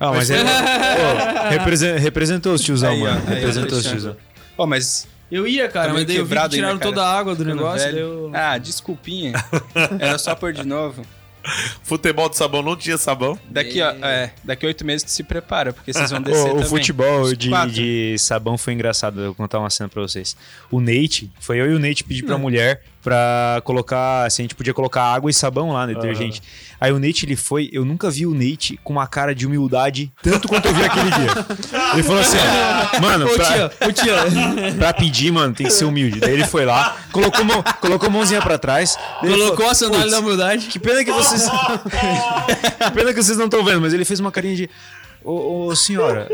Ah, mas ele, pô, represen- representou os tiozão,
Aí, ó,
mano.
aí, ó,
representou os
Alexandre.
tiozão.
ó, mas.
Eu ia, cara,
Tá
mas
meio
daí eu vi que
quebrado ainda,
tiraram
cara.
toda a água do
Ficando
negócio.
velho.
daí eu-
Ah, desculpinha. Era só pôr de novo.
Futebol de sabão não tinha sabão.
Daqui, ó, é, daqui oito meses tu se prepara, porque vocês vão descer.
O, o
também.
futebol
Os
de,
quatro.
de sabão foi engraçado. Eu vou contar uma cena pra vocês. O Nate, foi eu e o Nate pedir pra mulher pra colocar, se a gente podia colocar água e sabão lá no detergente. Aí o Nate, ele foi, eu nunca vi o Nate com uma cara de humildade tanto quanto eu vi aquele dia. Ele falou assim, ó, mano,
Ô,
pra,
tia, ô, tia.
pra pedir, mano, tem que ser humilde. Daí ele foi lá, colocou, mão, colocou a mãozinha pra trás. daí ele
Colocou
falou,
a sandália
"Putz,
da humildade.
que pena que vocês. que pena que vocês não estão vendo, mas ele fez uma carinha de. Ô, ô, senhora,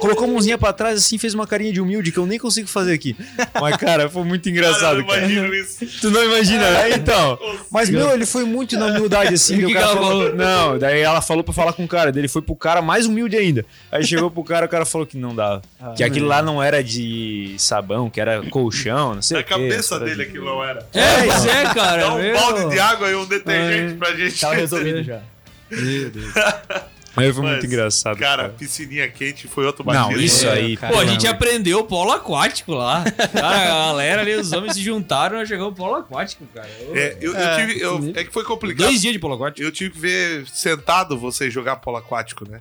colocou a mãozinha pra trás assim, fez uma carinha de humilde que eu nem consigo fazer aqui. Mas, cara, foi muito
Cara, eu
engraçado,
não
cara.
imagino isso.
Tu não imagina, né? Então. Mas, meu, ele foi muito na humildade, assim.
E
daí
o que
o cara
que ela
falou-
falou?
Não, daí ela falou pra falar com o cara. Daí ele foi pro cara mais humilde ainda. Aí chegou pro cara, o cara falou que não dava.
Ah.
que aquilo lá não era de sabão, que era colchão, não sei
Na
o quê.
cabeça
era de-
dele aquilo não era.
É, pois é, cara.
Dá um
meu.
balde de água e um detergente pra gente.
Tá
Tava resolvido já.
Aí foi
Mas,
muito engraçado.
Cara, é piscininha quente foi outro
Não,
bagulho.
isso aí.
cara.
Pô, a
Não,
gente aprendeu o polo aquático lá. Cara, a galera ali, os homens se juntaram, nós chegamos ao polo aquático, cara. Ô,
É, eu, eu tive, eu- é que foi complicado.
Dois dias de polo aquático.
Eu tive que ver sentado você jogar polo aquático, né?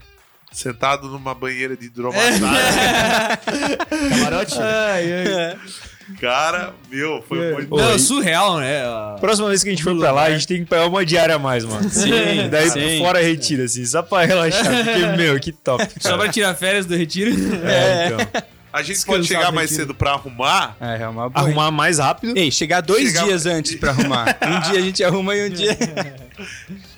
Sentado numa banheira de hidromassagem.
Camarote?
Cara, meu, foi muito.
Não,
Oi.
surreal, né? A-
Próxima vez que a gente for pra lá, a gente tem que pagar uma diária a mais, mano. Sim. Daí
sim.
fora retira, assim, só pra relaxar. Porque, meu, que top.
Só pra tirar férias do retiro.
É, então.
A gente
Descansar
pode chegar mais
daqui.
cedo pra arrumar.
É, é uma boa.
Arrumar mais rápido.
Ei, um chegar dois
Chegar-
dias antes pra arrumar. um dia a gente arruma e um dia.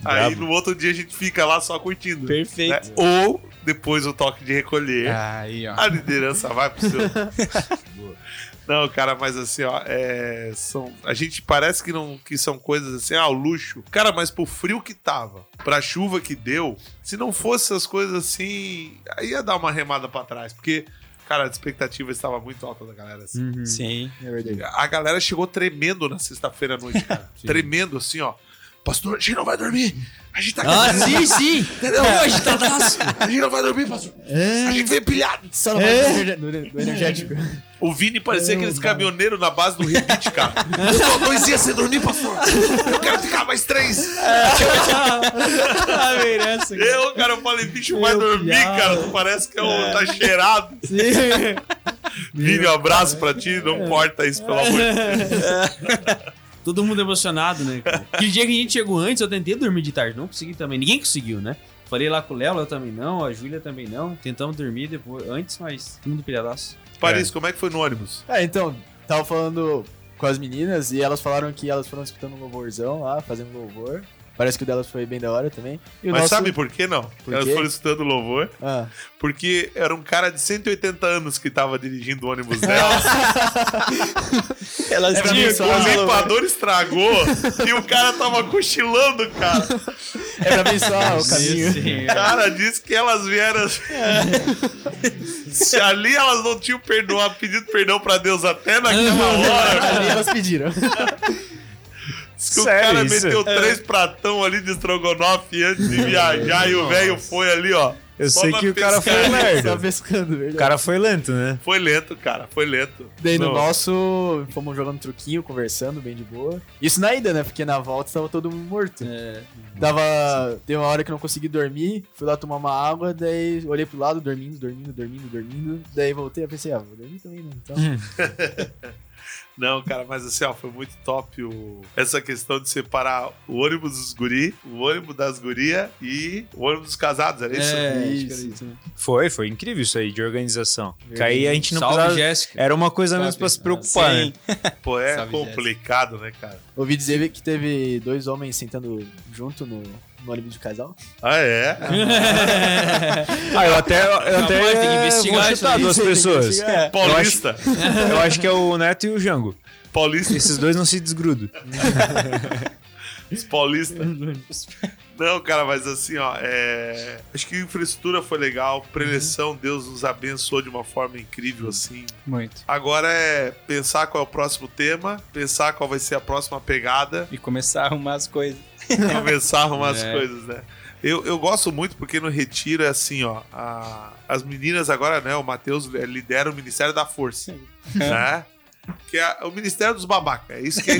Aí
Brabo.
no outro dia a gente fica lá só curtindo. né?
Perfeito.
Ou depois o toque de recolher.
Aí, ó.
A liderança vai pro seu. Não, cara, mas assim, ó, é, são, a gente parece que não que são coisas assim, ah, o luxo. Cara, mas pro frio que tava, pra chuva que deu, se não fosse essas coisas assim, aí ia dar uma remada pra trás, porque cara, a expectativa estava muito alta da galera. assim.
Uhum.
Sim.
É
A galera chegou tremendo na sexta-feira à noite, cara. tremendo assim, ó. Pastor, a gente não vai dormir. A gente tá
Ah, sim, sim. Hoje tá É.
A gente não vai dormir, pastor. A gente veio pilhado.
Só não vai do energe- do ener- do energético.
O Vini parecia aqueles caminhoneiros na base do rebite, cara. Só dois dias sem dormir, pastor. Eu quero ficar mais três.
É.
essa, cara.
Eu, cara, eu falei, bicho, vai dormir, cara. Tu parece que é um, tá cheirado. Vini, um abraço pra ti.
É.
Não corta isso, pelo amor de Deus.
Todo mundo emocionado, né? cara? Aquele dia que a gente chegou antes, eu tentei dormir de tarde. Não consegui também. Ninguém conseguiu, né? Falei lá com o Léo, eu também não, a Júlia também não. Tentamos dormir depois, antes, mas todo mundo pilhadaço.
Paris, como é que foi no ônibus?
Ah, então, tava falando com as meninas e elas falaram que elas foram escutando um louvorzão lá, fazendo louvor. Parece que o delas foi bem da hora também. E o
Mas
nosso-
sabe por que não?
Por
Elas
quê?
foram escutando louvor.
Ah,
Porque era um cara de 180 anos que tava dirigindo o ônibus
É,
dela.
Elas
Era
tinham
bem
Tinha-
É só-
que-
o limpador estragou e o cara tava cochilando, cara.
é pra abençoar o caminho.
Cara, disse que elas vieram. assim.
É.
Se ali elas não tinham
Uhum.
perdoado, pedido perdão pra Deus até naquela hora.
Ali elas pediram.
Diz que
É. Sério
o cara
isso? É.
meteu três pratão ali de estrogonofe antes de viajar e o velho foi ali, ó.
Eu
Só
sei
na
que o cara foi
pescaria.
Tá
lerdo.
pescando, verdade.
O cara foi lento, né?
Foi lento, cara, foi lento.
Daí no
Não.
nosso, fomos jogando truquinho, conversando bem de boa. Isso na ida, né? Porque na volta tava todo mundo morto. Tava. Tem uma hora que eu não consegui dormir, fui lá tomar uma água, daí olhei pro lado, dormindo, dormindo, dormindo, dormindo. Daí voltei e pensei, ah, vou dormir também, né? Então.
Não, cara, mas assim, ó, foi muito top o... essa questão de separar o ônibus dos guri, o ônibus das gurias e o ônibus dos casados, era isso?
É,
É.
isso. né?
Foi, foi incrível isso aí de organização. Que aí a gente não
Salve,
precisava...
Jéssica.
Era uma coisa menos
Sabe?
pra se preocupar,
Sim.
né?
Pô, é
Sabe,
complicado, né, cara?
Ouvi dizer que teve dois homens sentando junto no, no ônibus de casal.
Ah, é?
Ah, eu até, eu até
Rapaz, tem que
vou
investigar isso
chutar
aí,
duas
tem que
pessoas.
investigar.
É, eu acho,
Paulista.
eu acho que é o Neto e o Jango.
Paulista.
Esses dois não se desgrudam.
Os paulistas. Não, cara, mas assim, ó, é... acho que a infraestrutura foi legal, preleção,
Uhum.
Deus nos abençoou de uma forma incrível, assim.
Muito.
Agora é pensar qual é o próximo tema, pensar qual vai ser a próxima pegada,
E começar a arrumar as coisas.
começar a arrumar as
É.
coisas, né? Eu, eu gosto muito porque no Retiro é assim, ó, a- as meninas agora, né, o Matheus eh, lidera o Ministério da Força, né? Que é o Ministério dos Babacas, é isso que é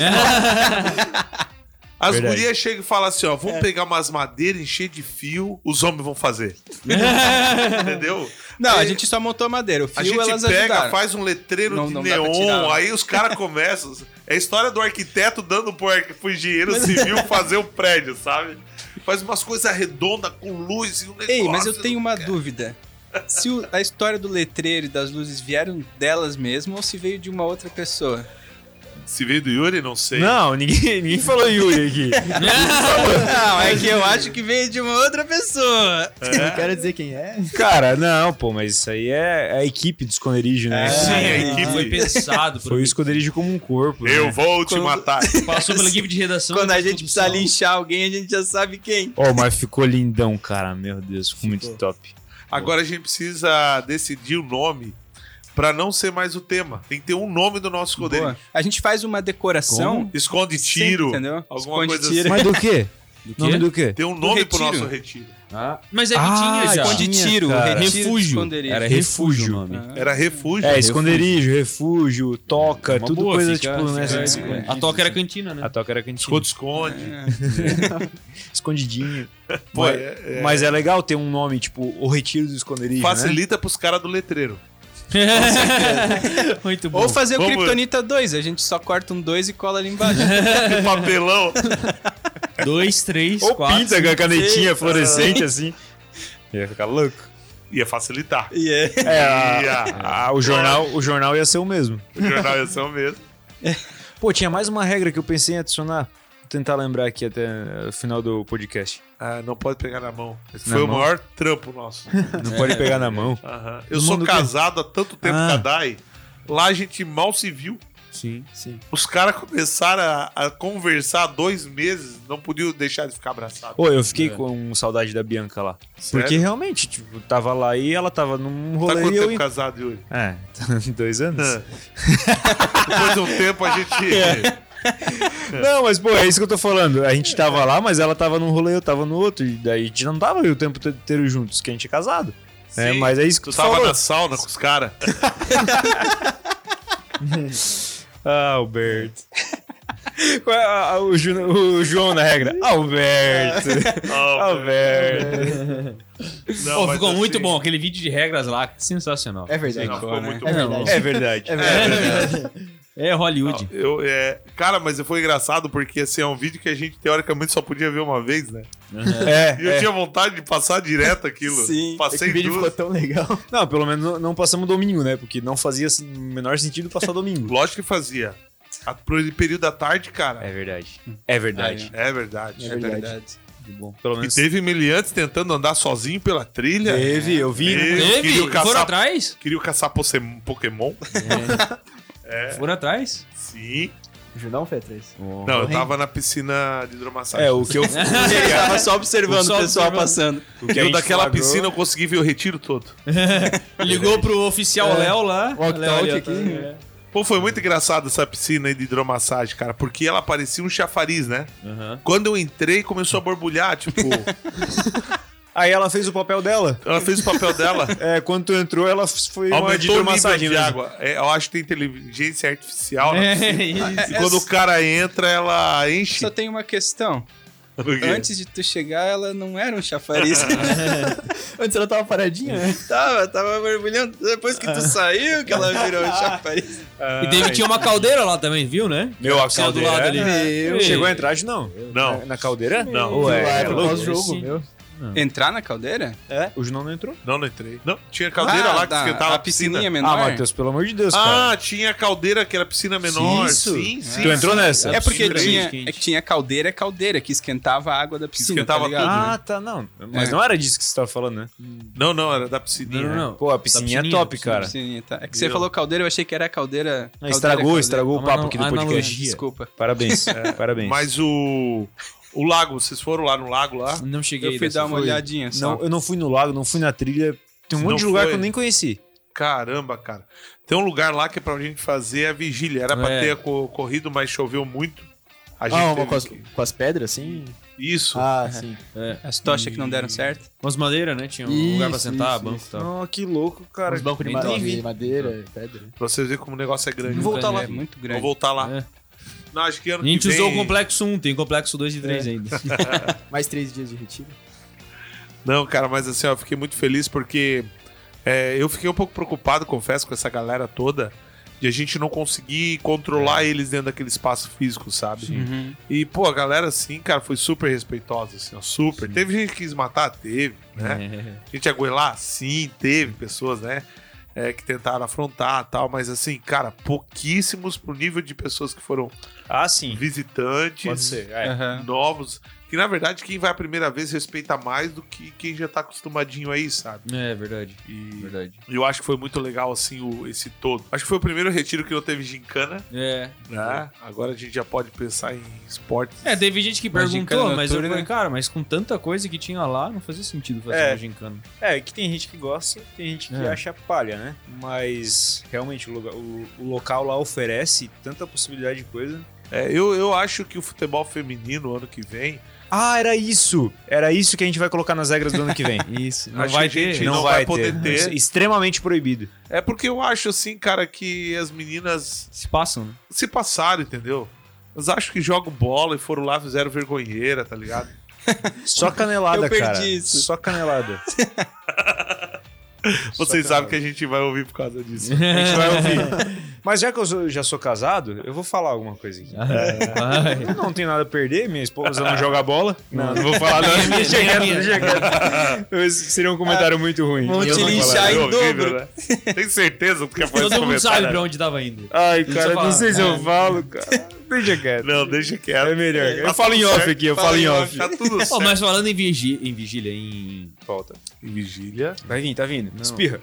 As
Verdade.
gurias chegam e falam assim, ó,
É.
vamos pegar umas madeiras, encher de fio, os homens vão fazer. Entendeu?
Não, a
E-
gente só montou a madeira. O fio
A gente
elas
pega,
ajudaram.
faz um letreiro
Não-
de
não dá pra
neon,
tirar.
aí os caras começam. É a história do arquiteto dando pro, arqu- pro engenheiro civil fazer o prédio, sabe? Faz umas coisas redondas com luz e um negócio.
Ei, mas eu tenho uma dúvida. Se o- a história do letreiro e das luzes vieram delas mesmo ou se veio de uma outra pessoa?
Se veio do Yuri, não sei.
Não, ninguém, ninguém falou Yuri aqui.
É.
Não, é que eu acho que veio de uma outra pessoa.
Não quero dizer quem é.
Cara, não, pô, mas isso aí é, é a equipe do esconderijo, né?
Sim, a
Ah,
equipe.
Foi pensado. por
Foi o
mim.
esconderijo como um corpo.
Eu
né?
vou te
Quando-
matar.
Passou pela equipe de redação.
Quando a
da
gente precisa
produção.
linchar alguém, a gente já sabe quem.
Oh, mas ficou lindão, cara. Meu Deus, ficou muito top.
Agora a gente precisa decidir o nome pra não ser mais o tema. Tem que ter um nome do nosso esconderijo.
Boa. A gente faz uma decoração.
Esconde tiro.
Sim, entendeu?
Alguma
Esconde
coisa
tiro.
assim.
Mas do quê?
Do quê?
Nome do quê?
Tem um nome pro
retiro.
nosso retiro.
Mas é que
Ah,
tinha já.
Esconde
tinha,
tiro,
cara.
retiro
Refúgio.
esconderijo.
Era
Refúgio.
refúgio o nome.
Ah.
Era refúgio.
É, esconderijo, refúgio, toca,
Uma
tudo
boa,
coisa
fica-
tipo, né?
fica-
essas
é.
coisas.
A toca era cantina, né?
A toca era cantina.
Esconde-esconde.
É. Escondidinho.
Pô,
mas,
é- é-
mas é legal ter um nome, tipo, o retiro do esconderijo, né?
Facilita pros caras do letreiro.
Muito bom.
Ou fazer o
vamos-
Kryptonita 2, a gente só corta um 2 e cola ali embaixo.
É.
Que papelão.
Dois, três,
Ou
quatro.
pinta com a canetinha
seis.
fluorescente, assim. Ia ficar louco.
Ia facilitar.
E é.
É, a-
Ia.
a- o, jornal, o jornal ia ser o mesmo.
O jornal ia ser o mesmo.
Pô, tinha mais uma regra que eu pensei em adicionar. Vou tentar lembrar aqui até eh, o final do podcast.
Ah, não pode pegar na mão. Esse
Na
foi
mão?
o maior trampo nosso.
Não pode pegar na mão.
Aham. Eu
No
sou
mundo
casado há tanto tempo
Ah.
com a Dai. Lá a gente mal se viu.
Sim.
Sim.
Os caras começaram a, a conversar há dois meses. Não podiam deixar de ficar abraçado.
Pô, eu fiquei com saudade da Bianca lá.
Sério?
Porque realmente, tipo, tava lá e ela tava num
Tá
rolê
quanto
e eu...
tempo casado, Yuri?
É, tá dois anos.
Ah. Depois de um tempo a
É.
gente...
Não, mas pô, é isso que eu tô falando. A gente tava lá, mas ela tava num rolê, eu tava no outro. E daí a gente não tava o tempo inteiro juntos, que a gente é casado. né?
Sim,
Mas é isso que
Tu
tu,
tava
falou.
na sauna com os caras.
Ah, Alberto. Qual é a- a- o, Ju- o João na regra? Alberto. Alberto.
Não,
Pô,
mas
ficou
assim-
muito bom. Aquele vídeo de regras lá, sensacional.
É verdade.
Não, ficou muito
É
bom.
verdade.
É verdade.
É verdade.
É Hollywood.
Eu, é, cara, mas foi engraçado porque assim, é um vídeo que a gente teoricamente só podia ver uma vez, né?
É,
E eu
é.
tinha vontade de passar direto aquilo.
Sim.
Passei
é o vídeo
duas.
ficou tão legal.
Não, pelo menos não- não passamos domingo, né? Porque não fazia assim, o menor sentido passar domingo.
Lógico que fazia. A, pro período da tarde, cara.
É
É,
verdade. É verdade.
verdade.
É verdade.
Pelo
E
menos.
teve meliantes tentando andar sozinho pela trilha.
Teve, eu vi.
Teve. Eu
Teve?
queria o
Foram
caçapa-
atrás?
Queriam caçar posse- Pokémon.
Foram atrás?
Sim.
Junão foi atrás.
Não, eu tava na piscina de hidromassagem.
É, o que eu.
Ele tava só observando
Só
o pessoal
observando.
passando.
o que a
eu
gente
daquela
flagrou-
piscina eu consegui ver o retiro todo.
Ligou pro oficial Léo lá.
Walk
Léo
talk
ali
tá
aqui.
atrás.
Pô, foi muito engraçado essa piscina aí de hidromassagem, cara, porque ela parecia um chafariz, né?
Aham.
Quando eu entrei, começou a borbulhar, tipo...
Aí ela fez o papel dela.
ela fez o papel dela,
É, quando tu entrou, ela
É
foi uma né?
aumentou o nível
né?
hidromassagem
de
mesmo.
água. É, eu acho que tem inteligência artificial, né?
É. isso.
E quando o cara entra, ela enche.
É, Só tem uma questão.
Por quê?
Antes de tu chegar, ela não era um chafariz.
Antes ela tava paradinha, né?
tava, tava mergulhando. Depois que tu saiu, que ela virou um chafariz.
E teve, tinha uma caldeira lá também, viu, né?
Meu, a
Tinha do lado
caldeira-
ali.
Eu-
Ei.
é- Chegou a entrar de não?
Não.
Na, na caldeira?
Não.
Ué,
Lá,
é
pro
louco.
pós-jogo,
Sim.
meu.
Entrar na caldeira?
É, o Junão não entrou.
Não, não entrei. Não, tinha caldeira
Ah,
lá que
tá.
esquentava
a piscininha menor.
Ah, Matheus, pelo amor de Deus, cara.
Ah, tinha caldeira que era piscina menor.
Isso.
Sim, sim.
tu entrou
sim.
nessa?
É porque
Absurdo,
tinha,
hein, gente?
é que tinha caldeira, é caldeira, que esquentava a água da piscina.
esquentava
tá ligado,
Ah,
né?
tá, não. Mas
É.
não era disso que você tava falando, né?
Não, não, era da piscininha.
Não, não, não.
Pô, a piscininha é
piscininha,
top,
da
cara.
Piscininha, tá. É que você
Meu.
falou caldeira, eu achei que era caldeira.
Ah,
caldeira,
Estragou,
caldeira.
estragou o
Uma
papo aqui do
anal-
podcast.
analogia.
Desculpa.
Parabéns, é, parabéns.
Mas o. O lago, vocês foram lá no lago lá?
Não cheguei.
Eu fui
dessa
dar uma
vez.
olhadinha só.
Não, eu não fui no lago, não fui na trilha. Tem um
Não
monte de lugar
foi?
que eu nem conheci.
Caramba, cara. Tem um lugar lá que é pra gente fazer a vigília. Era pra
É.
ter co- corrido, mas choveu muito. A gente
Ah, uma
teve
com as,
que-
com as pedras, assim?
Isso. É.
Ah, sim.
As tochas que não deram certo.
Umas madeiras, né? Tinha um lugar pra
Isso,
sentar,
isso,
banco e
isso.
tal.
Não, que louco, cara.
Os bancos de,
nem
ma-
tô
de
ouvindo.
madeira,
Tá.
pedra.
Pra vocês verem como o negócio é grande.
Vou voltar lá.
É muito
Vou
grande.
voltar lá.
É.
Não, acho que ano
A gente
que vem...
usou o complexo 1, tem complexo 2 e 3 ainda.
Mais três dias de retiro.
Não, cara, mas assim, ó, eu fiquei muito feliz porque é, eu fiquei um pouco preocupado, confesso, com essa galera toda, de a gente não conseguir controlar
É.
eles dentro daquele espaço físico, sabe?
Uhum.
E, pô, a galera, assim, cara, foi super respeitosa, assim, ó, super. Teve gente que quis matar? Teve, né? Gente aguelar? Sim, teve pessoas, né? é, que tentaram afrontar tal, mas assim, cara, pouquíssimos pro nível de pessoas que foram
Ah, sim.
visitantes
Pode ser. é.
Aham.
novos. Que na verdade, quem vai a primeira vez respeita mais do que quem já tá acostumadinho aí, sabe?
É, verdade.
E
Verdade.
eu acho que foi muito legal, assim, o, esse todo. Acho que foi o primeiro retiro que não teve gincana,
É.
né? Agora a gente já pode pensar em esportes.
É, teve gente que
Mas gincana
perguntou, mas eu
noturna.
falei, cara, mas com tanta coisa que tinha lá, não fazia sentido fazer
É.
uma gincana.
É, que tem gente que gosta, tem gente que
É.
acha palha, né? Mas realmente o, lugar- o- o local lá oferece tanta possibilidade de coisa.
É, eu, eu acho que o futebol feminino, ano que vem,
Ah, era isso! Era isso que a gente vai colocar nas regras do ano que vem.
Isso. Não
acho
vai
que a
ter.
gente não vai poder ter.
Isso é Extremamente proibido.
é porque eu acho, assim, cara, que as meninas
Se passam, né?
se passaram, entendeu? Mas acho que jogam bola e foram lá, fizeram vergonheira, tá ligado?
Só canelada,
Eu perdi
cara.
isso.
Só canelada.
Vocês sabem que a gente vai ouvir por causa disso.
a gente vai ouvir. Mas já que eu sou- já sou casado, eu vou falar alguma coisa aqui. É.
Vai.
Eu não tenho nada a perder, minha esposa não joga bola. Não, não vou falar
É
nada.
minha,
Deixa
é
quieto,
minha.
deixa quieto. Esse Seria um comentário muito ruim.
Vão
Eu
te
não vou falar.
linchar em
É horrível,
dobro.
né? Tem certeza que foi esse
Todo mundo
comentário?
sabe pra onde tava indo.
Ai,
Deixa
cara,
eu
não
falar.
sei se eu falo, cara. Deixa quieto.
Não, deixa quieto.
É melhor.
Tá
Eu falo em
tudo
off
certo.
aqui, eu
Fala
falo em off.
Tá tudo certo.
Ó, mas falando em, vigi- em vigília, em.
Volta.
Em vigília.
Vai vir, tá vindo.
Não.
Espirra.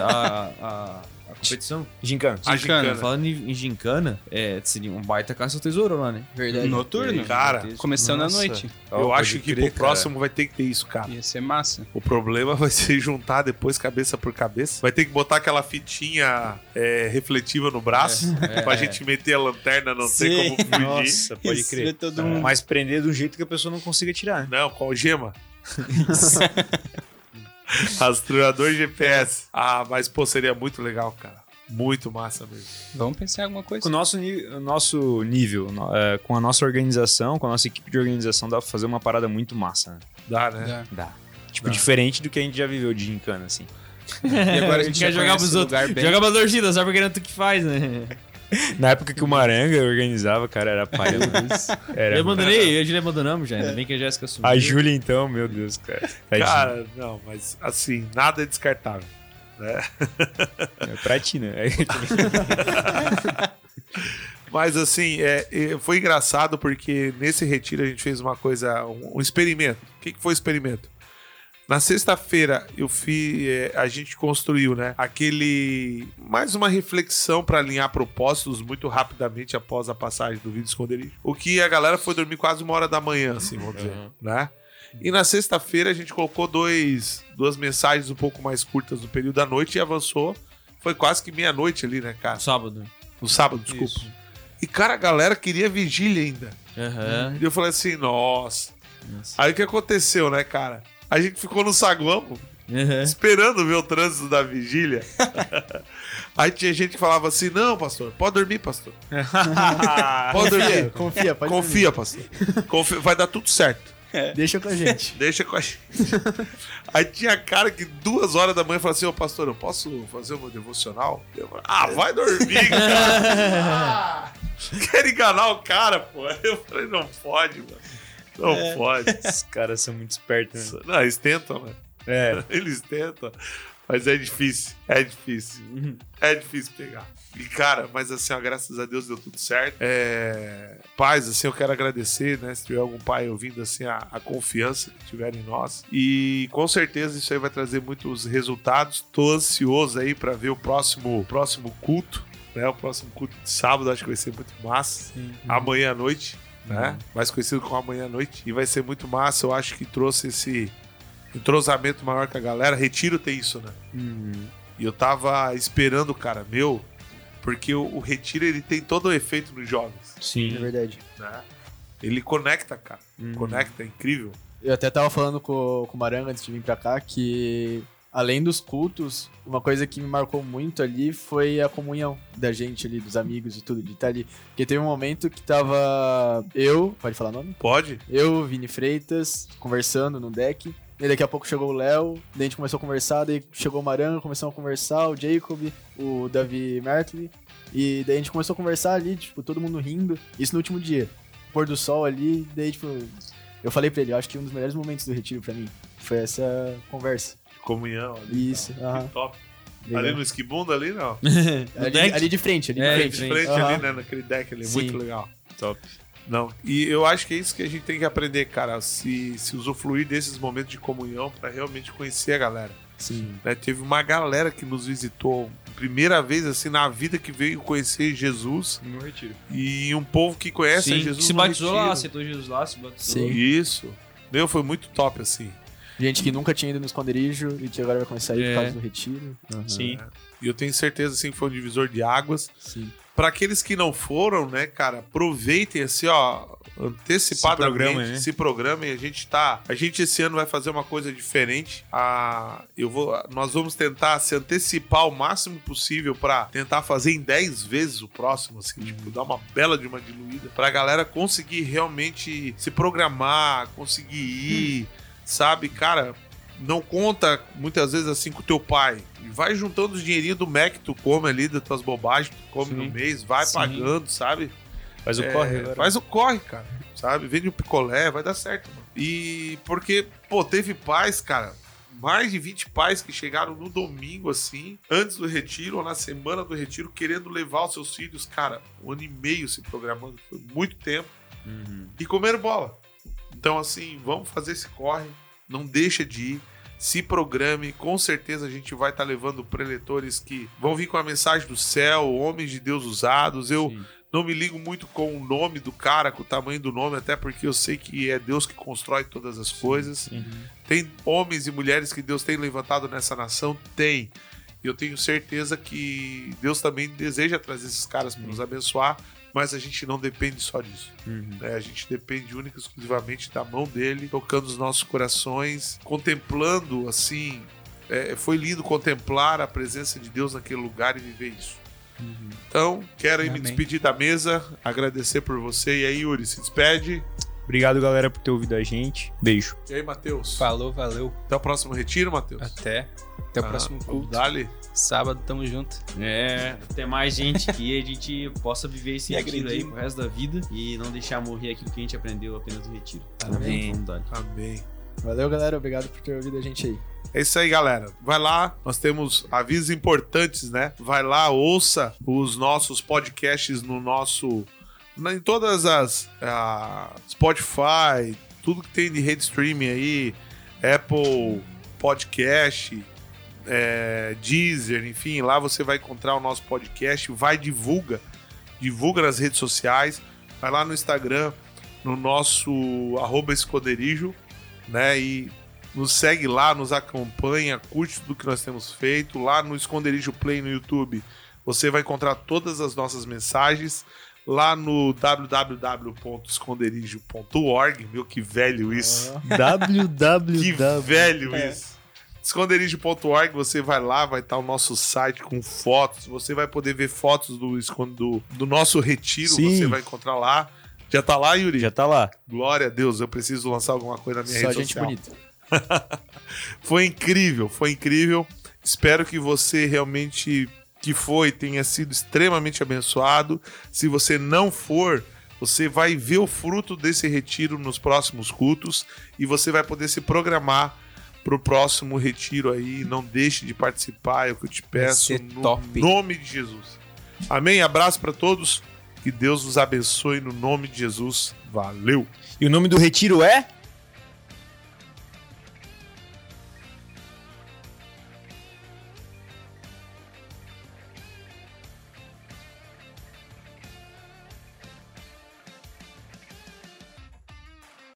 A, a- a competição.
Gincana.
A
Gincana.
gincana.
Falando em, em gincana, é, seria um baita caça ao tesouro lá, né?
Verdade.
Noturno?
Cara,
Começando
Nossa.
à noite.
eu acho que pro próximo vai ter que ter isso, cara.
Ia ser massa.
O problema vai ser juntar depois cabeça por cabeça. Vai ter que botar aquela fitinha é, refletiva no braço
É,
pra
é.
gente meter a lanterna, não
Sim.
tem como fugir.
Nossa, pode
Isso, é
crer.
todo mundo.
Mas prender de um jeito que a pessoa não consiga tirar, né?
Não, com algema. Rastreador GPS. Ah, mas pô, seria muito legal, cara. Muito massa mesmo.
Vamos pensar em alguma coisa.
Com o nosso, ni- o nosso nível, no- é, com a nossa organização, com a nossa equipe de organização, dá pra fazer uma parada muito massa, né?
Dá, né?
Dá.
Dá. Tipo, diferente do que a gente já viveu de gincana, assim.
E agora a
Ele
gente
quer
já
jogar
conhece
pros
o
outros.
lugar bem.
Joga pra torcida, só porque não é tu que faz, né?
Na época que o Maranga organizava, cara, era palha. mano. Era,
eu abandonei, eu e a Julia abandonamos já, ainda bem que a Jéssica assumiu.
A Júlia, então, meu Deus, cara. Tadinha.
Cara, não, mas assim, nada é descartável.
É pra ti, né?
Mas assim, é, é, foi engraçado porque nesse retiro a gente fez uma coisa, um, um experimento. O que, que foi o experimento? Na sexta-feira eu fiz, é, a gente construiu, né? Aquele mais uma reflexão para alinhar propósitos muito rapidamente após a passagem do vídeo esconderijo. O que a galera foi dormir quase uma hora da manhã, assim, vamos dizer, né? E na sexta-feira a gente colocou dois, duas mensagens um pouco mais curtas do período da noite e avançou. Foi quase que meia-noite ali, né, cara?
Sábado.
No sábado, desculpa.
Isso.
E, cara, a galera queria vigília ainda.
Aham.
E eu falei assim, nossa.
Nossa.
Aí o que aconteceu, né, cara? A gente ficou no saguão, pô,
Aham.
esperando ver o trânsito da vigília. Aí tinha gente que falava assim, não, pastor, pode dormir, pastor. pode dormir.
Confia, confia, pode dormir.
Confia, pastor. Confia, vai dar tudo certo.
Deixa com a gente.
Deixa com a gente. Aí tinha cara que duas horas da manhã falou assim, ô pastor, eu posso fazer o meu devocional? Eu falei, ah, vai dormir, cara. Quer enganar o cara, pô? Eu falei, não pode, mano. Não pode.
Esses caras são muito espertos, né?
Não, eles tentam, né?
É.
Eles tentam. Mas é difícil, é difícil.
Uhum.
É difícil pegar. E, cara, mas assim, ó, graças a Deus deu tudo certo. É... Pais, assim, eu quero agradecer, né? Se tiver algum pai ouvindo, assim, a, a confiança que tiver em nós. E com certeza isso aí vai trazer muitos resultados. Tô ansioso aí pra ver o próximo, próximo culto, né? O próximo culto de sábado, acho que vai ser muito massa. Amanhã à noite, né?
Uhum.
Mais conhecido como amanhã à noite. E vai ser muito massa. Eu acho que trouxe esse entrosamento maior com a galera. Retiro tem isso, né?
Uhum.
E eu tava esperando, cara, meu, porque o, o retiro ele tem todo o efeito nos jovens,
É verdade.
né? Ele conecta, cara.
Hum.
Uhum.
Conecta, é incrível.
Eu até tava falando com, com o Maranga antes de vir pra cá que, além dos cultos, uma coisa que me marcou muito ali foi a comunhão da gente ali, dos amigos e tudo, de estar ali. Porque teve um momento que tava eu, pode falar nome?
Pode?
Eu, Vini Freitas, conversando no deck. E daqui a pouco chegou o Léo, daí a gente começou a conversar, daí chegou o Maranga, começamos a conversar, o Jacob, o Davi Mertley. E daí a gente começou a conversar ali, tipo, todo mundo rindo. Isso no último dia. Pôr do sol ali, daí, tipo, eu falei pra ele, eu acho que um dos melhores momentos do retiro pra mim foi essa conversa.
Comunhão ali.
Isso,
tá.
aham.
Que top. Ali
legal.
no esquibunda ali, não.
No
Ali,
deck?
ali de frente, ali
É,
de
de
De
frente.
frente
Aham.
ali, né? Naquele deck ali.
Sim.
Muito legal. Top. Não, e eu acho que é isso que a gente tem que aprender, cara. Se, se usufruir desses momentos de comunhão pra realmente conhecer a galera.
Sim.
né? Teve uma galera que nos visitou. Primeira vez, assim, na vida que veio conhecer Jesus.
No retiro.
E um povo que conhece a
Sim,
Jesus.
que se
no
batizou lá,
retiro.
aceitou Jesus lá, se batizou.
Sim.
Isso. Meu, foi muito top, assim.
Gente que nunca tinha ido no esconderijo e que agora vai começar a ir
É.
por causa do retiro.
Sim.
E eu tenho certeza, assim, que foi um divisor de águas.
Sim.
Para aqueles que não foram, né, cara, aproveitem, assim, ó, antecipadamente, se
Se programem,
programem.
né?
A gente tá... A gente esse ano vai fazer uma coisa diferente. Ah, eu vou... Nós vamos tentar se antecipar o máximo possível para tentar fazer em 10 vezes o próximo, assim, tipo, dar uma bela de uma diluída pra galera conseguir realmente se programar, conseguir ir, sabe, cara... Não conta muitas vezes assim com o teu pai. Vai juntando os dinheirinhos do Mac que tu come ali, das tuas bobagens que tu come no
Sim.
mês, vai
Sim.
pagando, sabe?
Faz o
É,
corre agora.
Faz o corre, cara. Sabe? Vende um picolé, vai dar certo, mano. E porque, pô, teve pais, cara. Mais de 20 pais que chegaram no domingo, assim, antes do retiro ou na semana do retiro, querendo levar os seus filhos, cara, um ano e meio se programando, foi muito tempo,
Uhum.
e comer bola. Então, assim, vamos fazer esse corre, não deixa de ir, se programe, com certeza a gente vai estar levando preletores que vão vir com a mensagem do céu, homens de Deus usados. Eu
Sim.
não me ligo muito com o nome do cara, com o tamanho do nome, até porque eu sei que é Deus que constrói todas as coisas. Tem homens e mulheres que Deus tem levantado nessa nação? Tem. E eu tenho certeza que Deus também deseja trazer esses caras para nos abençoar, mas a gente não depende só disso. né? A gente depende única e exclusivamente da mão dele, tocando os nossos corações, contemplando assim. é, foi lindo contemplar a presença de Deus naquele lugar e viver isso. Então, quero aí me
Amém.
despedir da mesa, agradecer por você. E aí, Yuri, se despede.
Obrigado, galera, por ter ouvido a gente. Beijo.
E aí, Matheus?
Falou, valeu.
Até o próximo retiro, Matheus.
Até.
Ah.
Até o próximo culto.
Dali.
Sábado, tamo junto.
É, tem mais gente que a gente possa viver esse
E
retiro aí
agredir.
pro resto da vida e não deixar morrer aquilo que a gente aprendeu apenas no retiro.
Amém.
Vamos dar.
Amém.
Valeu, galera. Obrigado por ter ouvido a gente aí.
É isso aí, galera. Vai lá, nós temos avisos importantes, né? Vai lá, ouça os nossos podcasts no nosso. na- Em todas as. ah, Spotify, tudo que tem de rede streaming aí, Apple Podcast, é, Deezer, enfim, lá você vai encontrar o nosso podcast. Vai, divulga. Divulga nas redes sociais. Vai lá no Instagram, no nosso arroba esconderijo, né? E nos segue lá, nos acompanha, curte tudo que nós temos feito. Lá no Esconderijo Play no YouTube, Você vai encontrar todas as nossas mensagens lá no www.esconderijo.org. Meu, que velho isso. Que
www.
velho isso. Esconderijo.org, você vai lá, vai estar o nosso site com fotos. Você vai poder ver fotos do, escon- do, do nosso retiro,
Sim.
você vai encontrar lá. Já tá lá, Yuri?
Já tá lá.
Glória a Deus, eu preciso lançar alguma coisa na minha
Só
rede
gente
social.
bonita.
Foi incrível, foi incrível. Espero que você realmente que foi tenha sido extremamente abençoado. Se você não for, você vai ver o fruto desse retiro nos próximos cultos e você vai poder se programar para o próximo retiro aí. Não deixe de participar, é o que eu te peço,
ser
no
top.
nome de Jesus. Amém? Abraço para todos. Que Deus nos abençoe no nome de Jesus. Valeu!
E o nome do retiro é?